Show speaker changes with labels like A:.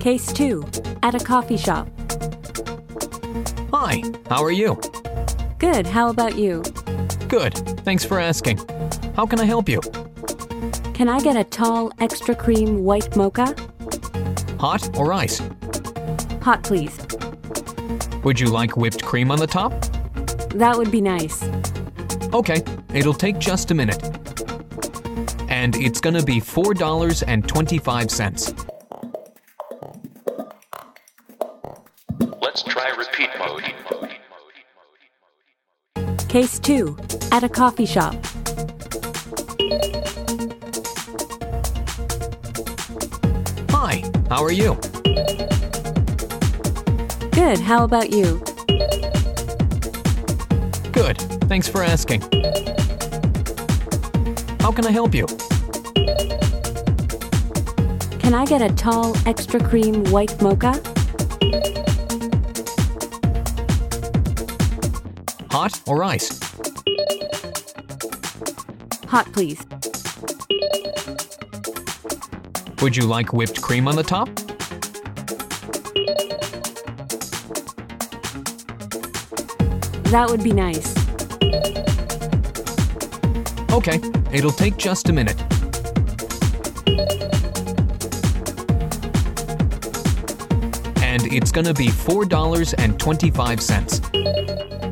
A: Case 2 at a coffee shop.
B: Hi, how are you?
A: Good, how about you?
B: Good, thanks for asking. How can I help you?
A: Can I get a tall, extra cream white mocha?
B: Hot or ice?
A: Hot, please.
B: Would you like whipped cream on the top?
A: That would be nice.
B: Okay, it'll take just a minute. And it's gonna be $4.25.
C: Let's try repeat mode.
A: Case 2 at a coffee shop.
B: Hi, how are you?
A: Good, how about you?
B: Good, thanks for asking. How can I help you?
A: Can I get a tall, extra cream white mocha?
B: Hot or ice?
A: Hot, please.
B: Would you like whipped cream on the top?
A: That would be nice.
B: Okay, it'll take just a minute. And it's gonna be $4.25.